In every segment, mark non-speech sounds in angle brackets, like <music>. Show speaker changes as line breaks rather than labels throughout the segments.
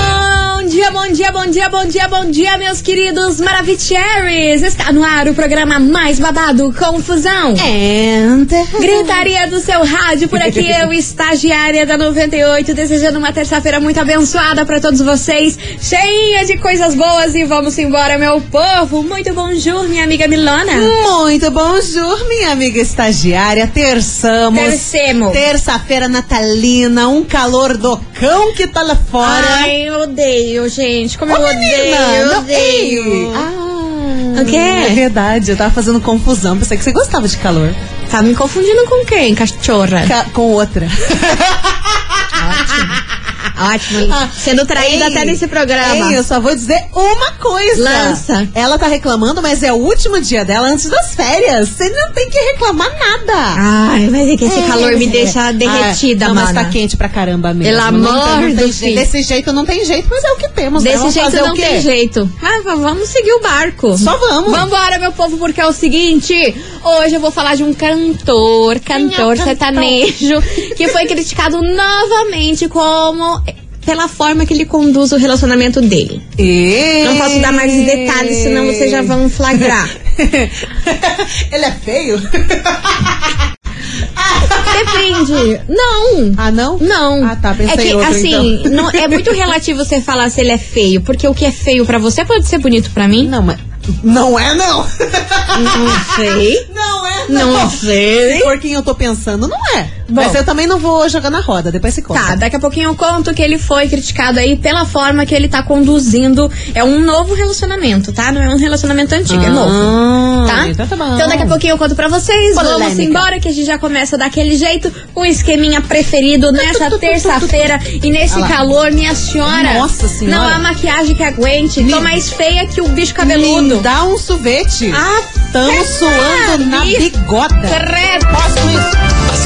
Bom dia, bom dia, bom dia, bom dia, bom dia, meus queridos Maravicheries! Está no ar o programa mais babado, Confusão.
Enter.
Gritaria do seu rádio, por aqui <laughs> eu, estagiária da 98, desejando uma terça-feira muito abençoada pra todos vocês, cheinha de coisas boas e vamos embora, meu povo. Muito bom jur, minha amiga Milona.
Muito bom jur, minha amiga estagiária. Terçamos.
Tercemo.
Terça-feira natalina, um calor do cão que tá lá fora.
Ai, eu odeio, gente. Como eu odeio, eu
Menina,
odeio.
não- Ah,
O quê?
É verdade, eu tava fazendo confusão. Pensei que você gostava de calor.
Tá me confundindo com quem, cachorra?
Ca- com
<laughs>
outra.
Ótimo. Sendo traída
Ah, Ei,
até nesse programa.
Ei, eu só vou dizer uma coisa.
Lança.
Ela tá reclamando, mas é o último dia dela antes das férias. Você não tem que reclamar nada.
Ai, mas é que esse calor me deixa derretida,
ah, não,
mano.
mas tá quente pra caramba mesmo.
Pelo
Não tem-
amor
não tem
do
jeito.
filho.
Desse jeito não tem jeito, mas é o que temos. né?
Desse
Vamos
jeito
fazer
não
o quê?
tem jeito. Mas v- vamos seguir o barco.
Só vamos.
Vambora, meu povo, porque é o seguinte: hoje eu vou falar de um cantor,
é
cantor sertanejo, que foi criticado novamente como. Pela forma que ele conduz o relacionamento dele.
E...
Não posso dar mais detalhes, senão vocês já vão flagrar.
<laughs> Ele é feio?
Depende. Não!
Ah, não?
Não.
Ah, tá. Pensei
é que,
em outro,
assim,
então.
<laughs> não- é muito relativo você falar se ele é feio, porque o que é feio pra você pode ser bonito pra mim.
Não, mas... Não é, não. <laughs>
Não sei.
Não é, não.
Não
Se
sei.
for quem eu tô pensando, não é.
Bom.
Mas eu também não vou jogar na roda, depois se conta.
Tá, daqui a pouquinho eu conto que ele foi criticado aí pela forma que ele tá conduzindo. É um novo relacionamento, tá? Não é um relacionamento antigo, é novo.
Ah,
Tá?
Então tá bom.
Então daqui a pouquinho eu conto pra vocês. Vamos
Polêmica.
embora que a gente já começa daquele jeito, com o esqueminha preferido nessa terça-feira e nesse
Olha lá.
calor, minha senhora.
Nossa senhora.
Não há maquiagem que aguente. Tô mais feia que o bicho
Me
cabeludo.
dá um sorvete.
Ah,
Tamo suando na
Ih,
bigota.
Credo.
Posso isso?
As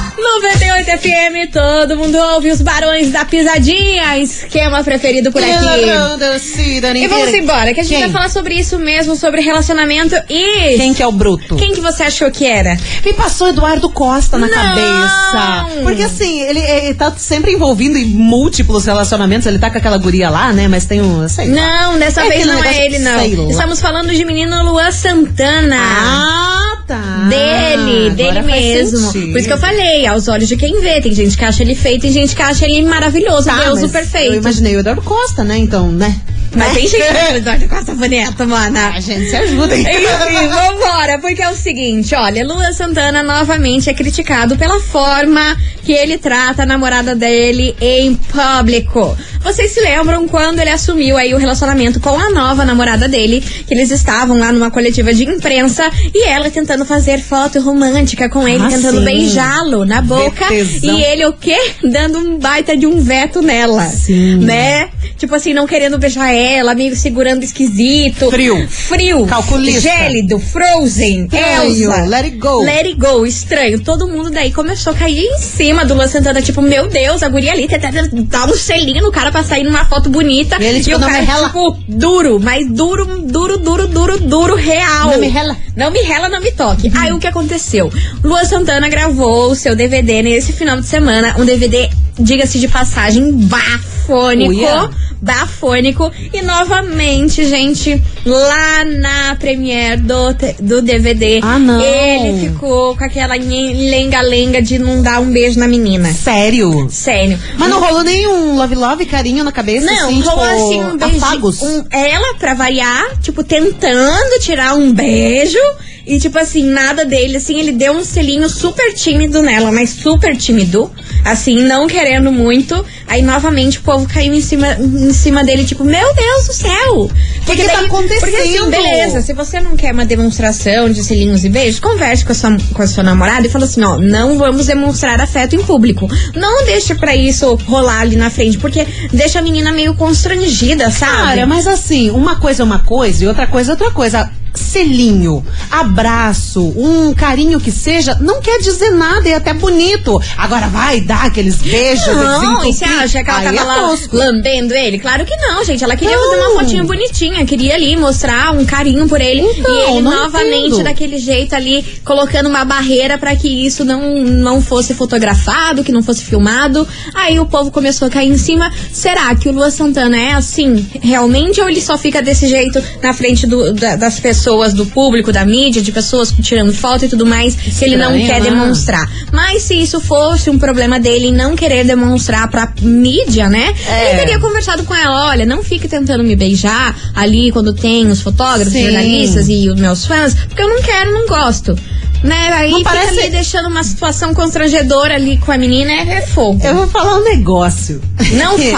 98 FM, todo mundo ouve os barões da pisadinha, esquema preferido por aqui. E vamos embora, que a gente
Quem?
vai falar sobre isso mesmo, sobre relacionamento e.
Quem que é o bruto?
Quem que você achou que era?
Me passou Eduardo Costa na
Não!
cabeça. Porque assim, ele, ele tá sempre envolvido em múltiplos relacionamentos. Ele tá com aquela guria lá, né? Mas tem um. Sei lá.
Não, dessa
É
vez
aquele
não é
negócio-
ele, não.
sei lá.
Estamos falando de menino Luan Santana.
Ah, tá.
Dele,
Agora
dele
faz
mesmo.
sentido.
Por isso que eu falei, aos olhos de quem vê. Tem gente que acha ele feio, tem gente que acha ele maravilhoso,
Tá,
Deus o
mas
perfeito.
Eu imaginei o Eduardo Costa, né? Então, né?
Mas tem <laughs> gente que Eduardo Costa Boneta, mana.
A "Ah, gente se ajuda, <laughs> hein?
Enfim, vambora, porque é o seguinte, olha, Luan Santana novamente é criticado pela forma que ele trata a namorada dele em público. Vocês se lembram quando ele assumiu aí o relacionamento com a nova namorada dele, que eles estavam lá numa coletiva de imprensa e ela tentando fazer foto romântica com ele,
Ah,
tentando
sim.
beijá-lo na boca
Vetezão.
e ele o quê? <laughs> Dando um baita de um veto nela.
Sim.
Né? Tipo assim, não querendo beijar ela, meio segurando esquisito.
Frio.
Frio.
Calculista.
Gélido, frozen,
Estranho,
Elsa.
let it go.
Let it go, estranho. Todo mundo daí começou a cair em cima do Luan Santana, tipo, meu Deus, a guria ali tenta dar um selinho no cara pra sair numa foto bonita.
E ele, tipo,
o
não
cara,
me rela.
tipo, duro, mas duro, duro, duro, duro, duro, real.
Não me rela. Uhum.
Não me rela, não me toque. Aí o que aconteceu? Luan Santana gravou o seu DVD nesse final de semana, um DVD, diga-se de passagem, bafo. bafônico.
Uia.
Bafônico. E novamente, gente, lá na Premiere do, te- do DVD,
Ah, não.
ele ficou com aquela nhe- lenga-lenga de não dar um beijo na menina.
Sério?
Sério.
Mas não rolou nenhum love love, carinho na cabeça?
Não,
assim,
rolou
tipo,
assim um beijo.
Afagos?
um- ela, pra variar, tipo, tentando tirar um beijo. E, tipo assim, nada dele, assim, ele deu um selinho super tímido nela, mas super tímido. Assim, não querendo muito. Aí, novamente, o povo caiu em cima, em cima dele, tipo, meu Deus do céu!
Que
Porque
que tá
assim,
acontecendo?
beleza, se você não quer uma demonstração de selinhos e beijos, converse com a sua, com a sua namorada e fala assim, ó, não vamos demonstrar afeto em público. Não deixa pra isso rolar ali na frente, porque deixa a menina meio constrangida, sabe?
Cara, mas assim, uma coisa é uma coisa e outra coisa é outra coisa. Selinho, abraço, um carinho que seja, não quer dizer nada, é até bonito. Agora vai dar aqueles beijos.
Não, e
desentupir.
você acha que ela
Aí
tava
é
lá
tosco.
lambendo ele? Claro que não, gente. Ela queria fazer
Não.
uma fotinha bonitinha, queria ali mostrar um carinho por ele.
Então,
e ele
não
novamente,
entendo.
daquele jeito ali, colocando uma barreira pra que isso não, não fosse fotografado, que não fosse filmado. Aí o povo começou a cair em cima. Será que o Lua Santana é assim realmente ou ele só fica desse jeito na frente do- da- das pessoas, do público, da mídia, de pessoas tirando foto e tudo mais, que ele não
Estranho,
quer
né?
demonstrar? mostrar. Mas se isso fosse um problema dele em não querer demonstrar pra mídia, né?
É.
Ele teria conversado com ela, olha, não fique tentando me beijar ali quando tem os fotógrafos,
Sim.
jornalistas e os meus fãs, porque eu não quero, não gosto. Né? Aí
Não
fica
parece-
ali deixando uma situação constrangedora ali com a menina, é, é fogo.
Eu vou falar um negócio. <laughs>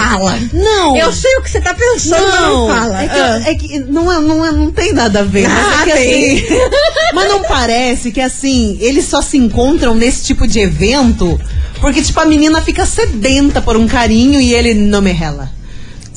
Não fala.
Não.
Eu sei o que você tá pensando, não, fala.
É que,
Ah.
é que não, é- não, é- não tem nada a ver. mas, é
Ah,
que,
tem.
assim, <laughs> mas não parece que assim, eles só se encontram nesse tipo de evento porque, tipo, a menina fica sedenta por um carinho e ele não me rela.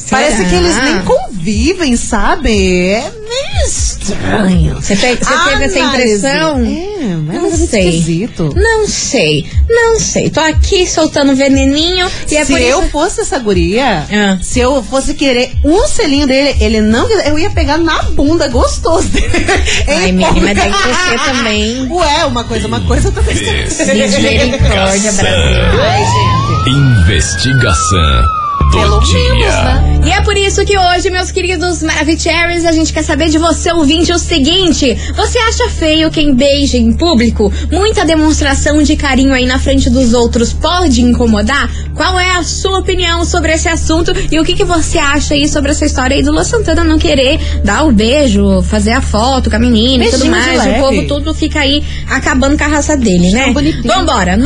Parece
Será?
que eles nem convivem, sabe? É meio estranho.
Você, te- você teve essa
Análise.
impressão?
É, mas é
não
muito
sei.
esquisito.
Não sei, não sei. Tô aqui soltando veneninho e é
se
por
eu
isso.
fosse essa guria,
Ah.
se eu fosse querer um selinho dele, ele não. Eu ia pegar na bunda, gostoso dele.
<laughs> Ai,
Em
Mimi,
público.
mas daí você também.
Ué, uma coisa, uma coisa, outra
<laughs>
coisa.
Misericórdia, Brasil.
<laughs> Ai, gente.
Investigação do
Pelo É menos,
dia.
né?
E é por isso que hoje, meus queridos Maravicheries, a gente quer saber de você, ouvinte, o seguinte: você acha feio quem beija em público? Muita demonstração de carinho aí na frente dos outros pode incomodar? Qual é a sua opinião sobre esse assunto? E o que, que você acha aí sobre essa história aí do Lua Santana não querer dar o beijo, fazer a foto com a menina e tudo
Beijinho de
mais? O
leve.
povo tudo fica aí acabando com a raça dele, né?
Tá bonitinho.
Vambora,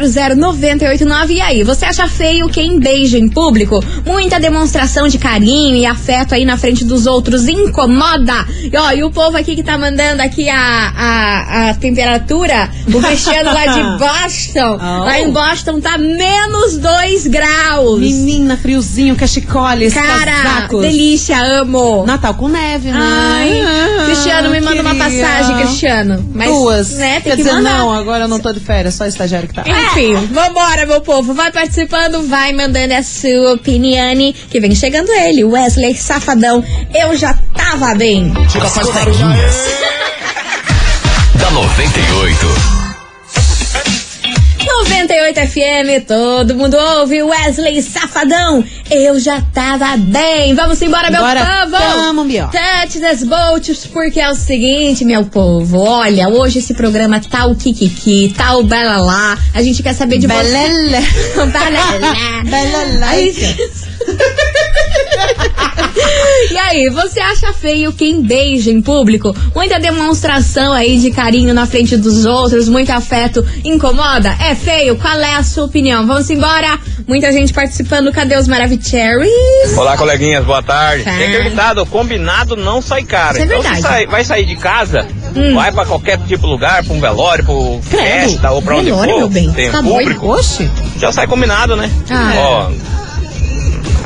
998-900-989. E aí, você acha feio quem beija em público? Muita demonstração de carinho e afeto aí na frente dos outros incomoda. E ó, e o povo aqui que tá mandando aqui a, a, a temperatura, o recheio lá de
<laughs>
Boston.
Oh.
Lá em Boston tá menos 2 graus.
Menina, friozinho, cachecoles,
Cara,
casacos.
delícia, amo.
Natal com neve, né?
Ai,
Ah,
Cristiano, me manda uma
queria.
passagem, Cristiano. Mas,
Duas.
Né, tem
Quer
que
dizer,
mandar. É.
não, agora eu não tô de férias, só estagiário que tá.
Enfim, vambora, meu povo. Vai participando, vai mandando a sua opiniane. Que vem chegando ele, Wesley Safadão. Eu já tava bem.
As coleguinhas. <laughs> Da 98.
98 FM, todo mundo ouve. Wesley Safadão. Eu já tava bem. Vamos embora, meu
Bora,
povo.
tamo, Bió.
Touch das bolts, porque é o seguinte, meu povo. Olha, hoje esse programa tá o Kikiki, tá o Belalá. A gente quer saber de você. <laughs>
Belele.
Belalá.
Belele.
E aí, você acha feio quem beija em público? Muita demonstração aí de carinho na frente dos outros, muito afeto, incomoda? É feio? Qual é a sua opinião? Vamos embora? Muita gente participando, cadê os Maravicheries?
Olá, coleguinhas, boa tarde.
Tá.
Tem aquele ditado, combinado não sai caro.
Isso é
então,
verdade.
se
Hum.
sai- vai sair de casa, vai pra qualquer tipo de lugar, pra um velório, pra festa ou pra onde
Velório,
for,
meu bem.
tem
Tá doido?
público,
Oxi.
já sai combinado, né?
Ah.
Ó,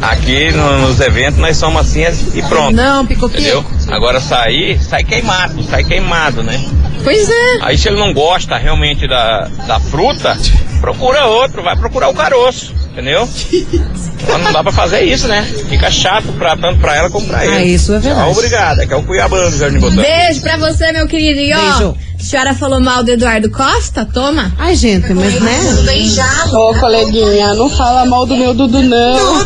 aqui no- nos eventos nós somos assim e pronto,
Não, picoquinho.
entendeu? Agora sair, sai queimado, sai queimado, né?
Pois é.
Aí se ele não gosta realmente da, da fruta, procura outro, vai procurar o caroço,
<laughs>
entendeu? Mas não dá pra fazer isso, né? Fica chato pra, tanto pra ela como pra ele.
Ah, isso é verdade.
Tchau, obrigado. Aqui é o Cuiabano, Jardim Botânico.
Beijo pra você, meu querido. E ó,
Beijo.
A senhora falou mal do Eduardo Costa? Toma.
Ai, gente, mas né?
Ô, coleguinha, não fala mal do meu Dudu, não.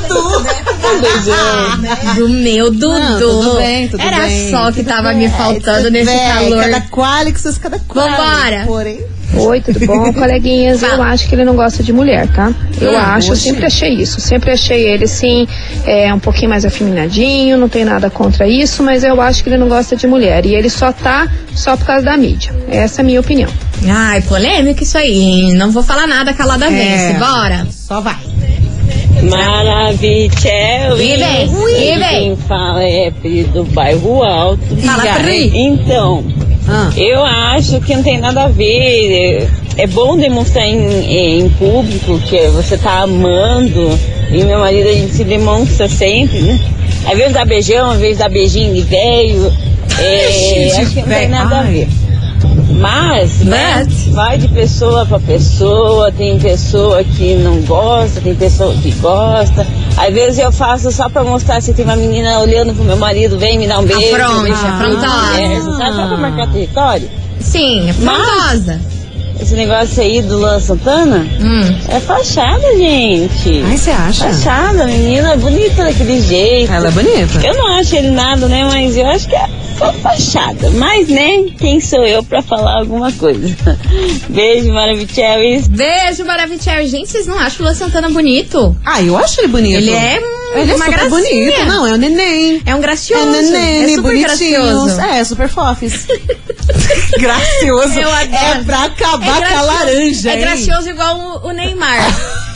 Do meu Dudu.
Não, tudo bem, tudo
Era
bem,
só o que tava me faltando nesse
Véi,
calor.
Cada qualixas, cada qualix.
Vambora.
Porém.
Oi, tudo
<laughs>
bom, coleguinhas? Eu acho que ele não gosta de mulher, tá? Eu
Ah,
acho, eu
oxe.
sempre achei isso. Sempre achei ele, assim, é, um pouquinho mais afeminadinho, não tem nada contra isso, mas eu acho que ele não gosta de mulher. E ele só tá só por causa da mídia. Essa é a minha opinião.
Ai, polêmica isso aí. hein? Não vou falar nada calada vence.
É.
Bora.
Só vai.
Maravilhoso!
E vem, e vem.
Quem fala é do bairro alto.
Fala,
Cara,
Pri.
Então,
Ah.
eu acho que não tem nada a ver. É é bom demonstrar em, em público que você tá amando. E meu marido, a gente se demonstra sempre, né? Às vezes dá beijão, às vezes dá beijinho de velho. É,
Beijinho de
acho que não tem
velho.
nada a
Ai.
ver. Mas, né, vai de pessoa pra pessoa, tem pessoa que não gosta, tem pessoa que gosta. Às vezes eu faço só pra mostrar se tem uma menina olhando pro meu marido, vem me dar um beijo.
Afronta,
deixa
Ah,
eu
afrontosa.
conversa, sabe? Só pra marcar território.
Sim, famosa.
Esse negócio aí do Luan Santana
Hum.
é fachada, gente. É
Ai, você acha?
Fachada, a menina é bonita daquele jeito.
Ela é bonita.
Eu não acho ele nada, né? Mas eu acho que é só fachada. Mas, né? Quem sou eu pra falar alguma coisa? <laughs> Beijo, Maravichelis.
Beijo, Maravicherry. Gente, vocês não acham o Luan Santana bonito?
Ah, eu acho ele bonito.
Ele é um-
Ele é
uma
super
gracinha.
bonito. Não, é o neném.
É um gracioso.
É neném,
é super
bonitinhos.
gracioso.
É,
<laughs>
super fofes. gracioso.
Eu adoro.
É pra acabar com a laranja,
É
hein?
gracioso igual o, o
<laughs>
Neymar.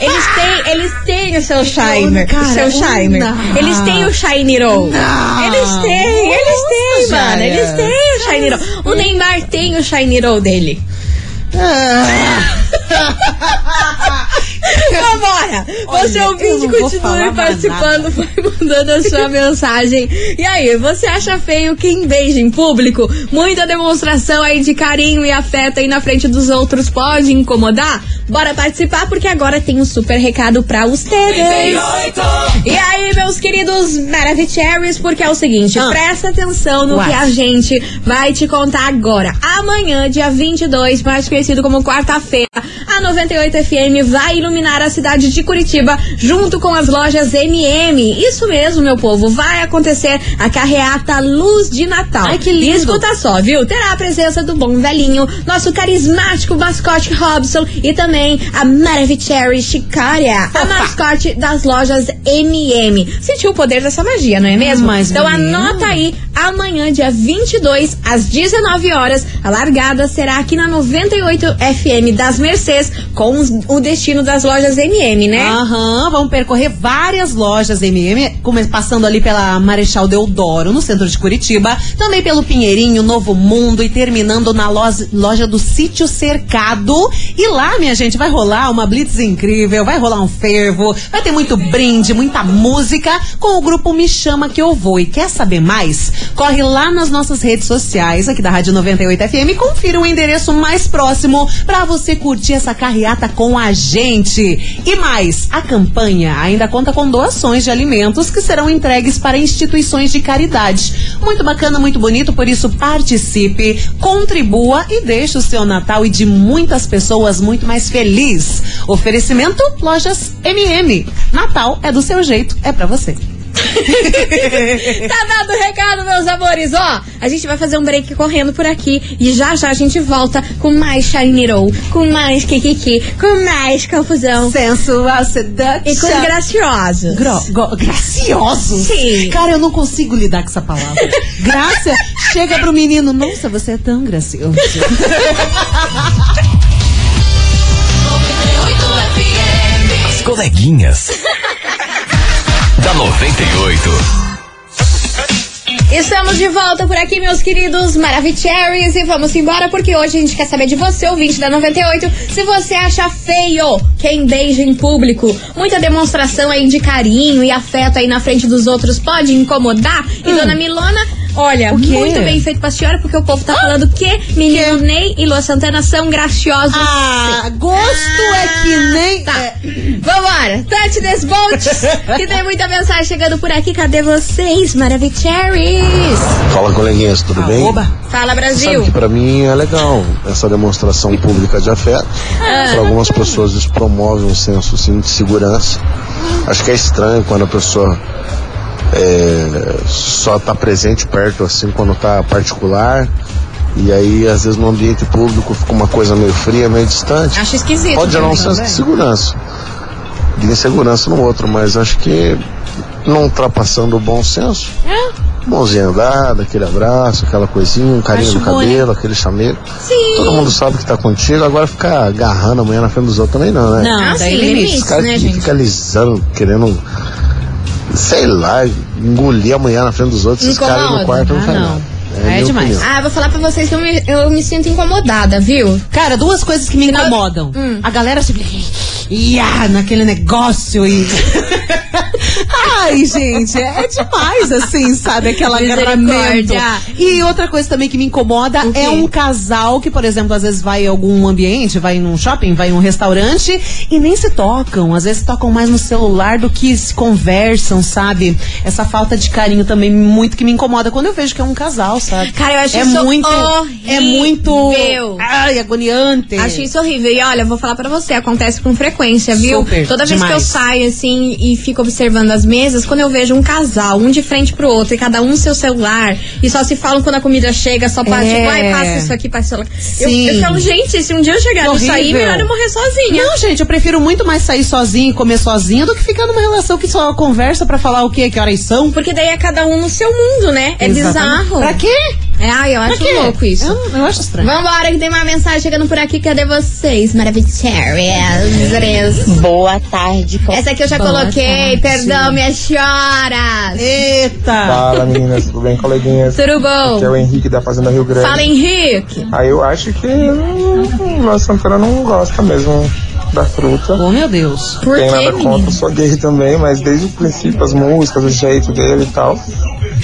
Eles têm, eles têm o seu Shimer.
cara,
o seu Shimer.
não.
Eles têm o Shiny Roll.
Não.
Eles têm, eles têm,
Ah, Nossa, Hum.
mano.
Jaya.
Eles têm o Shiny Roll. O Neymar tem o Shiny Roll dele.
Ah. <laughs>
Vambora!
Olha,
Você
eu
ouvinte,
não vou falar
continue
mais
participando, vai mandando a
<laughs>
sua mensagem. E aí, você acha feio quem beija em público? Muita demonstração aí de carinho e afeto aí na frente dos outros pode incomodar? Bora participar, porque agora tem um super recado pra vocês. E aí, meus queridos Maravicheries, porque é o seguinte,
Ah.
presta atenção no
Uai.
que a gente vai te contar agora. Amanhã, dia 22, mais conhecido como quarta-feira, a 98 FM vai iluminar a cidade de Curitiba junto com as lojas MM. Isso mesmo, meu povo, vai acontecer a carreata Luz de Natal.
Ai, que lindo.
E escuta só, viu? Terá a presença do bom velhinho, nosso carismático mascote Robson e também a Maravicherry Chicória, a mascote das lojas MM. Sentiu o poder dessa magia, não é mesmo?
Mas,
então
menina.
anota aí, amanhã, dia 22, às 19 horas, a largada será aqui na 98 FM das Mercês, com os- o destino das lojas MM, né?
Ah. Aham, vamos percorrer várias lojas MM, come- passando ali pela Marechal Deodoro, no centro de Curitiba, também pelo Pinheirinho, Novo Mundo e terminando na loja, loja do Sítio Cercado. E lá, minha gente, vai rolar uma blitz incrível, vai rolar um fervo, vai ter muito brinde, muita música com o grupo Me Chama Que Eu Vou. E quer saber mais? Corre lá nas nossas redes sociais, aqui da Rádio 98 FM, e confira o endereço mais próximo pra você curtir essa carreata com a gente. E mais, a campanha ainda conta com doações de alimentos que serão entregues para instituições de caridade. Muito bacana, muito bonito, por isso participe, contribua e deixe o seu Natal e de muitas pessoas muito mais feliz. Oferecimento Lojas MM. Natal é do seu jeito, é pra você.
Tá dado o recado, meus amores. Ó, a gente vai fazer um break correndo por aqui e já já a gente volta com mais Shiny Roll, com mais Kikiki, com mais confusão
Sensual, seduction.
e com os graciosos.
Gro- go- graciosos?
Sim.
Cara, eu não consigo lidar com essa palavra. Graça, chega pro menino, nossa, você é tão gracioso.
As coleguinhas. da 98.
Estamos de volta por aqui, meus queridos Maravicheries, e vamos embora porque hoje a gente quer saber de você, ouvinte da 98, se você acha feio quem beija em público. Muita demonstração aí de carinho e afeto aí na frente dos outros pode incomodar. E dona Milona, olha,
quê?
muito bem feito pra senhora porque o povo tá falando que menino Ney e Lua Santana são graciosos.
Ah, gosto é que nem.
Tá.
é,
Vambora, tá noite, Desboltes. que tem muita mensagem chegando por aqui. Cadê vocês, Maravicheries?
Fala, coleguinhas, tudo bem?
Fala, Brasil.
Sabe que pra mim é legal essa demonstração pública de afeto. Para algumas pessoas isso promove um senso assim, de segurança. Acho que é estranho quando a pessoa é, só tá presente perto assim quando tá particular. E aí, às vezes, no ambiente público fica uma coisa meio fria, meio distante.
Acho esquisito.
Pode gerar um
também,
senso
né?
de segurança. De insegurança no outro, mas acho que não ultrapassando o bom senso. Mãozinha andada, aquele abraço, aquela coisinha, um carinho
Acho
no
bom,
cabelo, aquele chameiro.
Sim.
Todo mundo sabe que tá contigo, agora ficar agarrando amanhã na frente dos outros também não, né?
Não,
Ah,
daí
sim,
limite.
limite.
Os caras
né,
que
gente?
ficam alisando, querendo, sei lá, engolir amanhã na frente dos outros, esses caras aí
Incomoda.
no quarto não
Ah,
faz
não.
nada.
Aí é
minha
demais.
opinião.
Ah, vou falar pra vocês que eu me, eu me sinto incomodada, viu?
Cara, duas coisas
Hum.
que me incomodam. A galera se fica. Ia, ah, naquele negócio e. <laughs> Ai, gente, é demais assim, sabe? Aquela agarramento.
Misericórdia.
E outra coisa também que me incomoda
O quê?
é um casal que, por exemplo, às vezes vai em algum ambiente, vai num shopping, vai em um restaurante e nem se tocam. Às vezes tocam mais no celular do que se conversam, sabe? Essa falta de carinho também muito que me incomoda quando eu vejo que é um casal, sabe?
Cara, eu acho
é
isso
muito, É muito.
horrível.
Ai, agoniante.
Acho isso horrível. E olha, eu vou falar pra você, acontece com frequência, viu?
Super,
Toda vez que eu
demais.
saio, assim, e fico observando as mesas, quando eu vejo um casal, um de frente pro outro, e cada um no seu celular, e só se falam quando a comida chega, só passa,
É.
tipo, ai, passa isso aqui, passa isso aqui.
Sim.
Eu, eu falo, gente, se um dia eu chegar nisso aí,
Horrível.
melhor eu morrer sozinha.
Não, gente, eu prefiro muito mais sair sozinha e comer sozinha do que ficar numa relação que só conversa pra falar o quê, que horas são.
Porque daí é cada um no seu mundo, né? É
Exatamente.
bizarro.
Pra quê?
É, ai, eu
Pra
acho
quê?
louco isso.
Eu, eu acho estranho.
Vambora, que tem uma mensagem chegando por aqui. Cadê vocês, maravilhosas?
Boa tarde,
Essa aqui eu já coloquei. Perdão, minhas choras.
Eita!
Fala meninas, tudo bem, coleguinhas?
Tudo
Aqui é
bom?
o Henrique da Fazenda Rio
é
Grande.
Fala, Henrique.
Aí eu acho que hum, a Santana não gosta mesmo da fruta.
Oh, meu Deus.
Por
Tem
quê,
nada contra,
menino?
sou gay também, mas desde o princípio, as músicas, o jeito dele e tal.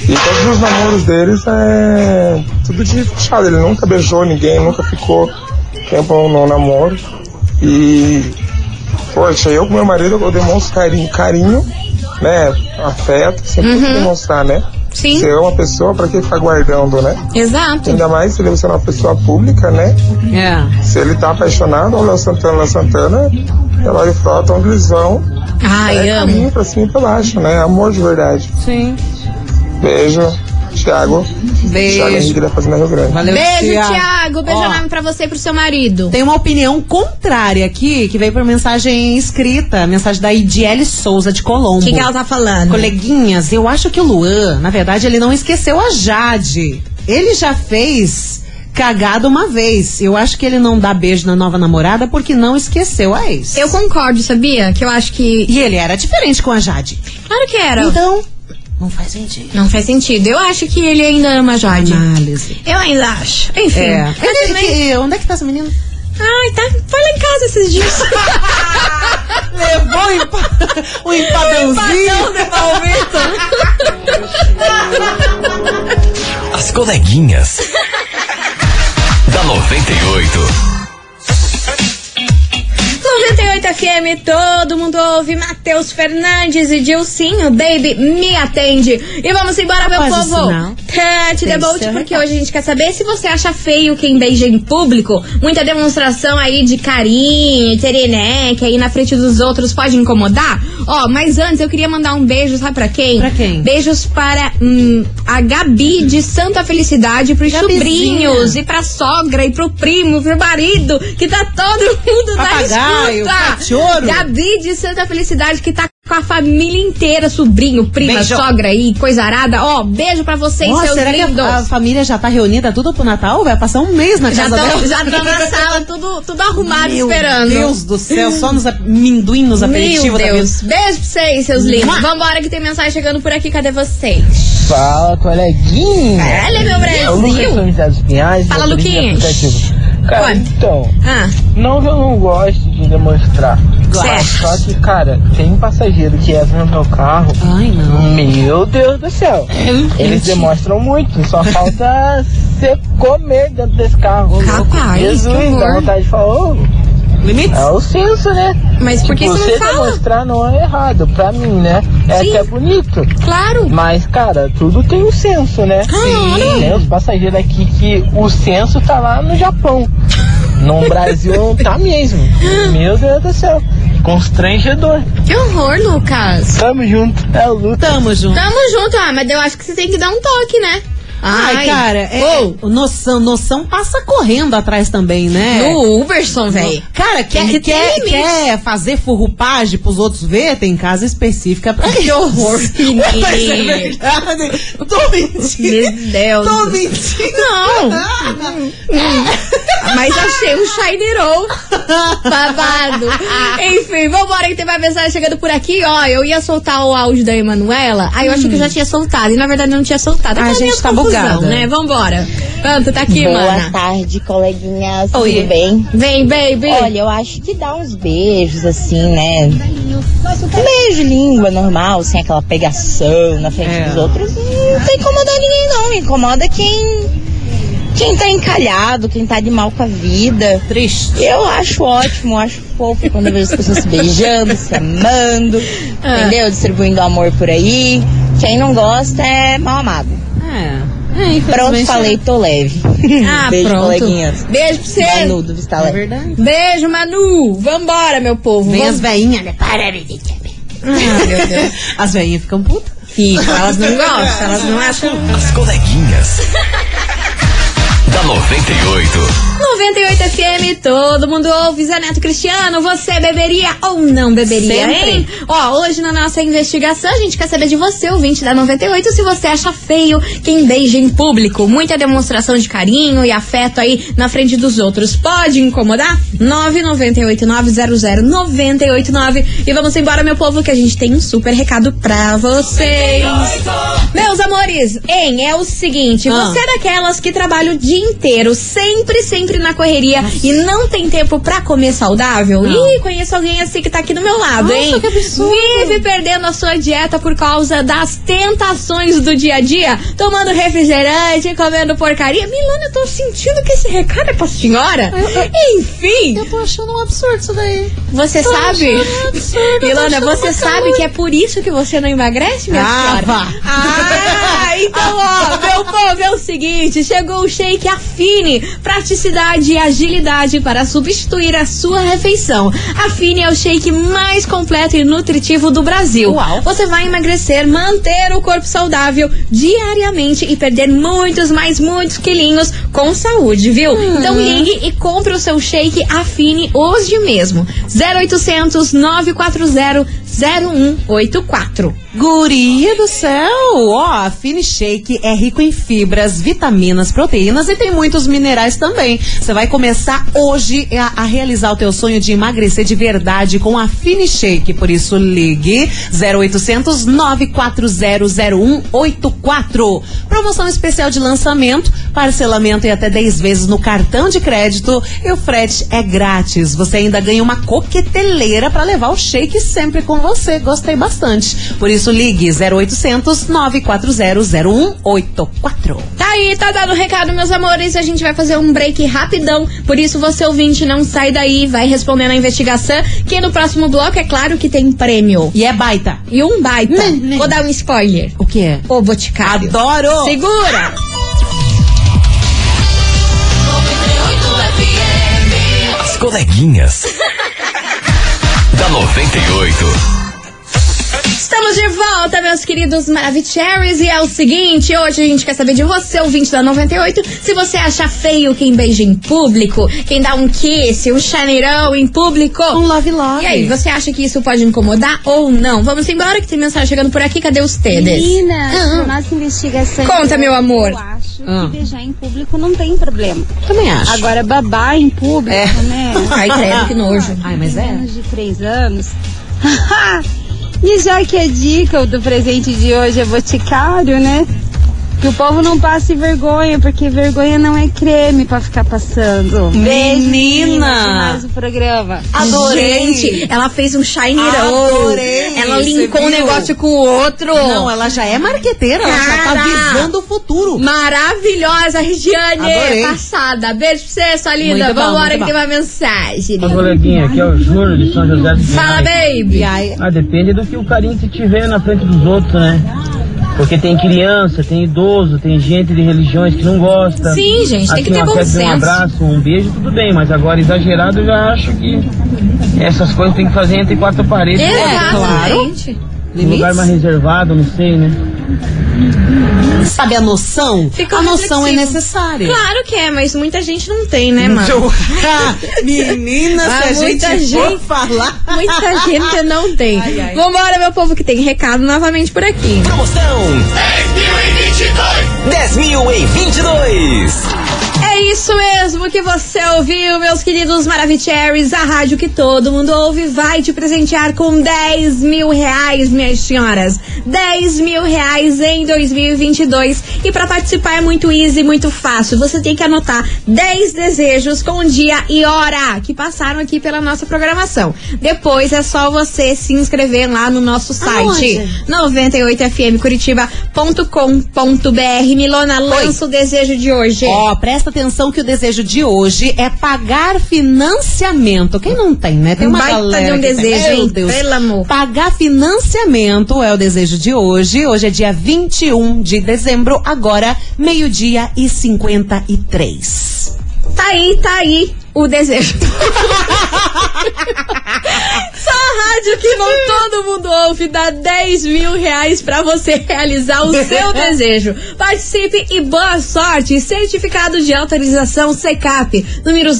E todos os namoros deles é tudo de fechado. Ele nunca beijou ninguém, nunca ficou tempo no namoro. E, poxa, eu com meu marido eu demonstro carinho, carinho, né? Afeto, sempre tem que demonstrar, né?
Sim,
Você é uma pessoa, pra que ficar guardando, né?
exato.
Ainda mais se ele é uma pessoa pública, né?
É.
Se ele tá apaixonado, olha o Santana, olha o Santana, ela e frota um onde eles vão.
Ai,
é
amo.
caminho pra cima e pra baixo, né? Amor de verdade.
Sim.
Beijo, Thiago. Thiago Henrique
Beijo.
da Fazenda Rio Grande.
Valeu,
Beijo,
tia.
Thiago. Beijo
Ó,
enorme pra você e pro seu marido.
Tem uma opinião contrária aqui, que veio por mensagem escrita, mensagem da Idiele Souza de Colombo.
O que, que ela tá falando?
Coleguinhas, eu acho que o Luan, na verdade, ele não esqueceu a Jade. Ele já fez cagada uma vez. Eu acho que ele não dá beijo na nova namorada porque não esqueceu a ex.
Eu concordo, sabia? Que eu acho que.
E ele era diferente com a Jade.
Claro que era.
Então, não faz sentido.
Não faz sentido. Eu acho que ele ainda ama a Jade.
Análise.
Eu ainda acho. Enfim.
É.
Mas
Cadê-
também-
que- onde é que tá essa menina?
Ai, tá. Foi lá em casa esses dias. É,
Levou o empa- <laughs> o empadãozinho.
né?
As coleguinhas. da 98.
98 FM, todo mundo ouve. Matheus Fernandes e Dilcinho, baby, me atende. E vamos embora, meu
Após o
povo.
sinal,
Tante
tem
Debolt,
seu
porque hoje a gente quer saber se você acha feio quem beija em público. Muita demonstração aí de carinho, tereneque aí na frente dos outros pode incomodar. Ó, mas antes eu queria mandar um beijo, sabe pra quem?
Pra quem?
Beijos para hum, a Gabi de Santa Felicidade, pros
Gabizinha.
sobrinhos e pra sogra e pro primo, pro marido, que tá todo mundo
Papagaio,
na escuta.
cachorro.
Gabi de Santa Felicidade que tá com a família inteira, sobrinho, prima,
Beijo.
sogra e coisa arada. Ó, beijo pra vocês,
Nossa,
seus
será
lindos.
que é a, a família já tá reunida tudo pro Natal? Vai passar um mês na
já
casa
estão
dela?
já tão na sala, tudo, tudo arrumado,
Meu
esperando.
Deus do céu, só nos amendoim, nos
Meu
aperitivos da vida.
Deus. Beijo pra vocês, seus lindos. Vambora que tem mensagem chegando por aqui. Cadê vocês?
Fala, coleguinha.
Caralho, meu Brasil.
das Pinhais.
É, Fala, motorista de Luquinhas. aplicativo. Cara, Conta.
então,
Ah,
não que eu não gosto de demonstrar.
Claro.
Só que, cara, tem passageiro que entra no meu carro
Ai, não.
Meu Deus do céu.
É,
Eles demonstram muito, só falta você comer dentro desse carro.
Rapaz, que
Jesus,
horror.
dá vontade de falar, ô,
Limites?
É o senso, né?
Mas por que
Tipo,
tá
você não fala?
demonstrar não é errado, pra mim, né? É
Sim.
que é bonito.
Claro. Ah,
Mas, cara, tudo tem um senso, né?
Claro.
Tem os passageiros aqui que o senso tá lá no Japão.
<laughs>
No Brasil não tá mesmo. Meu Deus do céu. Constrangedor.
Que horror, Lucas.
Tamo junto. É o Lucas.
Tamo junto.
Tamo junto, ah, mas eu acho que você tem que dar um toque, né?
Ai, cara, é, noção, noção passa correndo atrás também, né?
No Uberson, velho. Tem
Cara, quer,
que ter
quer,
limite.
quer fazer furrupagem pros outros ver? Tem casa específica pra Que <laughs> horror, Mas é verdade. Tô mentindo.
Meu Deus.
Tô mentindo.
Não. Mas achei um shinerou babado. Enfim, vambora então, que tem mais mensagem chegando por aqui. Ó, eu ia soltar o áudio da Emanuela, aí eu achei que eu já tinha soltado. E na verdade eu não tinha soltado. Aquela
gente
minha
tá
confusão,
bugada.
né? Vambora. Canto, tá aqui,
Boa
mana.
tarde, coleguinhas.
Oi.
Tudo bem?
Vem, baby.
Olha, eu acho que dá uns beijos, assim, né? Um beijo, língua normal, sem aquela pegação na frente dos outros. Não tá incomodando ninguém, não. Incomoda quem. Quem tá encalhado, quem tá de mal com a vida.
Triste.
Eu acho ótimo, eu acho fofo quando eu vejo as pessoas se beijando, se amando,
Ah.
entendeu? Distribuindo amor por aí. Quem não gosta é mal amado.
É.
Pronto,
É, infelizmente,
falei, tô leve.
né? Ah,
Beijo,
pronto.
coleguinhas.
Beijo pra você.
Manudo,
É
Vistalé.
verdade.
Beijo, Manu. Vambora, meu povo.
Vem
Vam-
as veinhas, né? Para,
Ah, meu Deus.
As veinhas ficam putas.
Fica, elas não gostam, elas não acham.
As coleguinhas. da 98.
98 FM, todo mundo ouve. Zé Neto Cristiano, você beberia ou não beberia,
Sempre.
hein? Ó, hoje na nossa investigação, a gente quer saber de você, ouvinte da 98, se você acha feio quem beija em público. Muita demonstração de carinho e afeto aí na frente dos outros. Pode incomodar? 998-900-989. E vamos embora, meu povo, que a gente tem um super recado pra vocês. Meus amores, hein, é o seguinte,
Ah.
você é daquelas que trabalha o dia inteiro, sempre, sempre na correria e não tem tempo pra comer saudável?
Não.
Ih, conheço alguém assim que tá aqui do meu lado,
Nossa,
hein?
que absurdo.
Vive perdendo a sua dieta por causa das tentações do dia a dia, tomando refrigerante, comendo porcaria. Milana, eu tô sentindo que esse recado é pra senhora. Enfim.
Eu tô achando um absurdo isso daí.
Você
Tô
sabe?
achando absurdo,
Ilana,
tô achando
você
uma
sabe que é por isso que você não emagrece, minha
Ah,
senhora?
vá.
Ah, então, ó, meu povo, é o seguinte: chegou o shake Afine. Praticidade e agilidade para substituir a sua refeição. Afine é o shake mais completo e nutritivo do Brasil.
Uau.
Você vai emagrecer, manter o corpo saudável diariamente e perder muitos, mais muitos quilinhos com saúde, viu? Então ligue e compre o seu shake Afine hoje mesmo. 0800 940 0184.
Guria do céu! Ó, a Fini Shake é rico em fibras, vitaminas, proteínas e tem muitos minerais também. Você vai começar hoje a, a realizar o teu sonho de emagrecer de verdade com a Fini Shake. Por isso, ligue 0800 9400184. Promoção especial de lançamento, parcelamento e até 10 vezes no cartão de crédito e o frete é grátis. Você ainda ganha uma coqueteleira para levar o shake sempre com você. Gostei bastante. Por isso ligue 0800 940 0184.
Tá aí, tá dado o recado, meus amores. A gente vai fazer um break rapidão. Por isso, você ouvinte, não sai daí. Vai respondendo a investigação. Que no próximo bloco, é claro que tem prêmio.
E é baita.
E um baita.
Né, né.
Vou dar um spoiler.
O que é?
Ô, Boticário.
Adoro!
Segura!
As coleguinhas. da 98.
Estamos de volta, meus queridos Maravicheries. E é o seguinte, hoje a gente quer saber de você, ouvinte da 98, se você acha feio quem beija em público, quem dá um kiss, um chaneirão em público.
Um love love.
E aí, você acha que isso pode incomodar ou não? Vamos embora que tem mensagem chegando por aqui. Cadê os
É
tedes?
Menina, na nossa investigação.
Conta, meu amor.
Eu acho
Ah.
que beijar em público não tem problema.
Também acho.
Agora, babar em público,
É.
né?
Ai, credo,
<laughs>
que nojo.
Ai, mas é.
Menos de três anos. <laughs> e já que a dica do presente de hoje é boticário, né? Que o povo não passe vergonha, porque vergonha não é creme pra ficar passando.
Um
Beijo, meninas, Mais o programa.
Adorei.
Gente, ela fez um shiny roll.
Adorei.
Ela
Você
linkou um
viu?
negócio com o outro.
Não, ela já é marqueteira, ela já tá
Cara!
visando o futuro.
Maravilhosa, Regiane!
Adorei.
Passada. Beijo pra você, sua linda.
Muito bom,
Vambora
muito
que
bom.
tem uma mensagem.
Fala, coleguinha, aqui é o Júlio de São José dos
Fala,
Pinhais.
baby.
Ah, depende do que o carinho que tiver na frente dos outros, né? Porque tem criança, tem idoso, tem gente de religiões que não gosta.
Sim, gente, tem que ter
Assim, uma
bom
queda de Um
senso.
abraço, um beijo, tudo bem, mas agora exagerado eu já acho que essas coisas tem que fazer entre quatro paredes.
Exatamente.
Um lugar mais reservado, não sei, né?
Sabe a noção?
Fica
a noção é
reflexivo.
necessária.
Claro que é, mas muita gente não tem, né, mano?
<laughs> Menina, se
Ah,
a
muita
gente, for
gente-
falar.
Muita <laughs> gente não tem.
Ai, ai.
Vambora, meu povo, que tem recado novamente por aqui.
Promoção 10.022.
É isso mesmo que você ouviu, meus queridos Maravicheries. A rádio que todo mundo ouve vai te presentear com 10 mil reais, minhas senhoras. 10 mil reais em 2022. E pra participar é muito easy, muito fácil. Você tem que anotar 10 desejos com dia e hora que passaram aqui pela nossa programação. Depois é só você se inscrever lá no nosso site.
Aonde?
98fmcuritiba.com.br. Milona, lança o desejo de hoje.
Ó, presta atenção que o desejo de hoje é pagar financiamento. Quem não tem, né? Tem uma
Baita
galera
de um
que tem.
desejo,
Meu
hein?
Deus.
Pelo amor.
Pagar financiamento é o desejo de hoje. Hoje é dia 21 de dezembro, agora meio-dia e 53.
Tá aí, tá aí o
<laughs>
desejo. Só a rádio que não todo mundo ouve dá 10 mil reais pra você realizar o
<laughs>
seu desejo. Participe e boa sorte. Certificado de autorização CECAP, número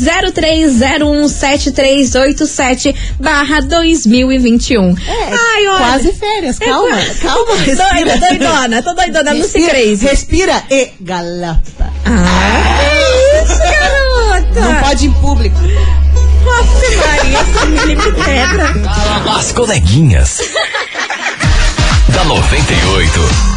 03017387 barra 2021. Ai, olha.
É,
é
Quase férias, calma, calma, respira.
Doida, doidona, tô doidona, não se
Respira, <laughs>
crise.
Respira e galapa.
Ah, isso, garota.
Não pode em público.
Nossa, Maria, essa me quebra.
As coleguinhas. da 98.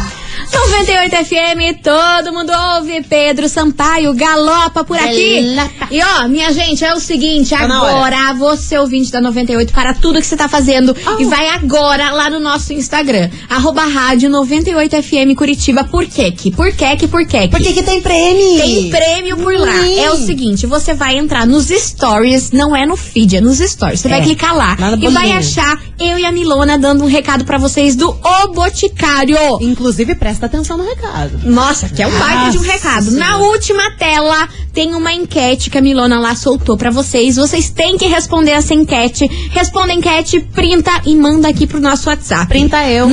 98 FM, todo mundo ouve. Pedro Sampaio galopa por aqui. E ó, minha gente, é o seguinte:
Tá na
agora você ouvinte da 98 para tudo que você tá fazendo
Oh.
e vai agora lá no nosso Instagram, arroba rádio 98 FM Curitiba. Por quê? Que? Por quê? Que? Por quê? que?
Por que que tem prêmio?
Tem prêmio por lá.
Ui.
É o seguinte, você vai entrar nos stories, não é no feed, é nos stories. Você vai
É.
clicar lá
Lá no
e vai
bolinho.
achar eu e a Milona dando um recado pra vocês do O Boticário.
Inclusive, presta atenção no recado.
Nossa, que é um baita de um
Nossa
recado. Na
Senhora.
última tela tem uma enquete que a Milona lá soltou pra vocês. Vocês têm que responder essa enquete. Responda a enquete, printa e manda aqui pro nosso WhatsApp.
Printa eu.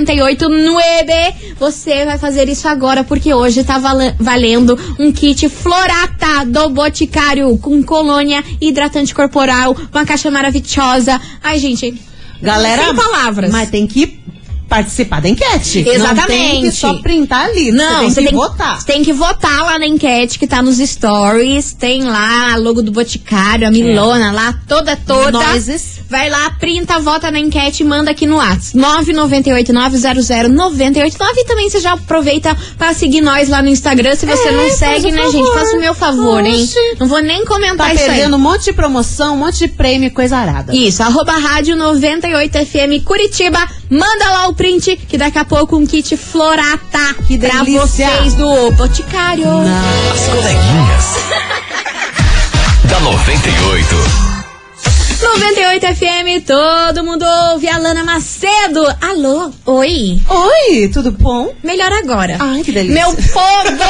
998900989. Você vai fazer isso agora porque hoje tá vala- valendo um kit Florata do Boticário com colônia, hidratante corporal, uma caixa maravilhosa. Ai, gente,
Galera,
sem palavras.
Mas tem que participar da enquete. Não tem que
Exatamente.
só printar ali.
Não,
você tem que votar.
Você tem que votar lá na enquete que tá nos stories. Tem lá a logo do Boticário, a
É.
Milona lá, toda, toda.
Nozes.
Vai lá, printa, vota na enquete e manda aqui no WhatsApp. 998-900-989. E também você já aproveita pra seguir nós lá no Instagram. Se você
É,
não
faz
segue,
o
né,
favor.
gente? Faça o meu favor, hein?
Oxe.
Não vou nem comentar
Tá
isso aí.
perdendo um monte de promoção, um monte de prêmio e coisa arada.
Isso, arroba rádio 98FM Curitiba. Manda lá o print, que daqui a pouco um kit Florata
Que
pra
delícia.
vocês do Boticário.
As coleguinhas. da 98.
98FM, todo mundo ouve. Alana Macedo. Alô, oi.
Oi, tudo bom?
Melhor agora.
Ai, que delícia.
Meu povo!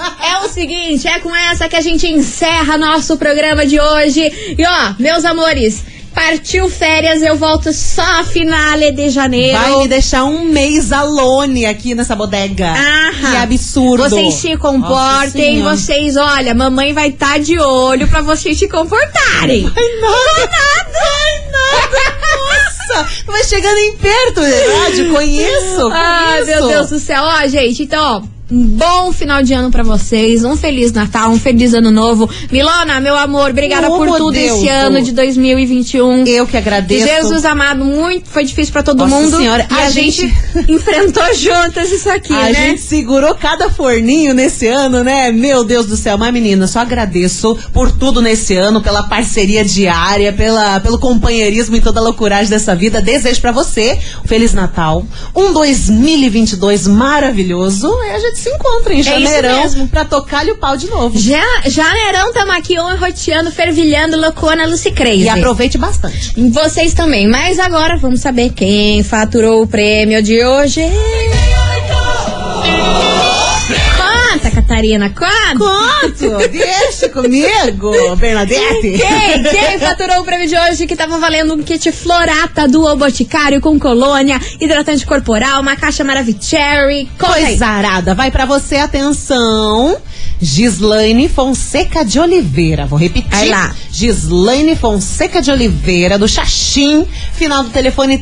<laughs>
é o seguinte, é com essa que a gente encerra nosso programa de hoje. E ó, meus amores, partiu férias, eu volto só a finale de janeiro.
Vai me deixar um mês alone aqui nessa bodega.
Aham.
Que absurdo.
Vocês se
Nossa
comportem,
Senhora.
vocês, olha, mamãe vai estar de olho pra vocês se comportarem.
Ai, nada.
<laughs>
Ai, nada. Nossa, vai chegando em perto, é verdade? Conheço.
Ai,
conheço.
meu Deus do céu. Ó, gente, então, ó, Um bom final de ano pra vocês, um feliz Natal, um feliz ano novo. Milona, meu amor, obrigada
Ô,
por
meu
tudo
Deus,
esse
ô.
ano de 2021.
Eu que agradeço.
Jesus amado, muito foi difícil pra todo
Nossa
mundo.
Senhora,
e
a
a, gente, <laughs> enfrentou juntas isso aqui,
a
né?
gente segurou cada forninho nesse ano, né? Meu Deus do céu. Mas, menina, só agradeço por tudo nesse ano, pela parceria diária, pela, pelo companheirismo e toda a loucuragem dessa vida. Desejo pra você um Feliz Natal, um 2022 maravilhoso. E a gente se encontra em
É isso
janeirão
mesmo.
pra tocar-lhe o pau de novo.
Já, janeirão tamo aqui on, roteando, fervilhando, loucona, Lucy Crazy.
E aproveite bastante.
Vocês também. Mas agora vamos saber quem faturou o prêmio de hoje. Conta, Catarina, conta.
Conto, deixa comigo, Bernadette.
Quem, quem faturou o prêmio de hoje que tava valendo um kit Florata do O Boticário com colônia, hidratante corporal, uma caixa Maravicherry. Conta aí.
Coisa arada, vai pra você, atenção. Gislaine Fonseca de Oliveira, vou repetir.
Vai lá.
Gislaine Fonseca de Oliveira, do Xaxim, final do telefone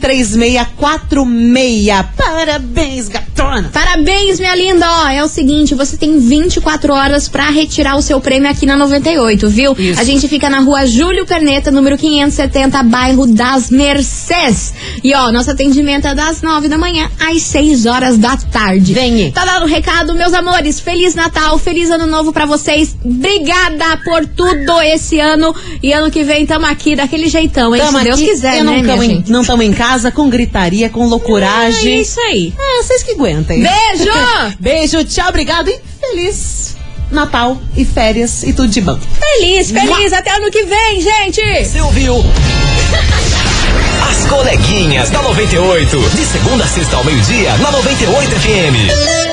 3646. Parabéns, gatona.
Parabéns, minha linda! Ó, é o seguinte, você tem 24 horas pra retirar o seu prêmio aqui na 98, viu? A gente fica na rua Júlio Perneta, número 570, bairro das Mercês. E ó, nosso atendimento é das 9 da manhã às 6 horas da tarde. Vem! Tá dado o recado, meus amores. Feliz Natal, feliz ano novo pra vocês. Obrigada por tudo esse ano. E ano que vem tamo aqui daquele jeitão, hein?
Tamo
Se Deus
aqui,
quiser, né,
eu não
minha
tamo em-
gente?
Não estamos em casa com gritaria, com loucuragem.
É isso aí.
É, vocês que aguentem.
Beijo!
<laughs> Beijo, tchau, obrigado e feliz Natal e férias e tudo de bom.
Feliz, feliz! Até ano que vem, gente!
Você ouviu? As coleguinhas da 98. De segunda a sexta ao meio-dia, na 98 FM.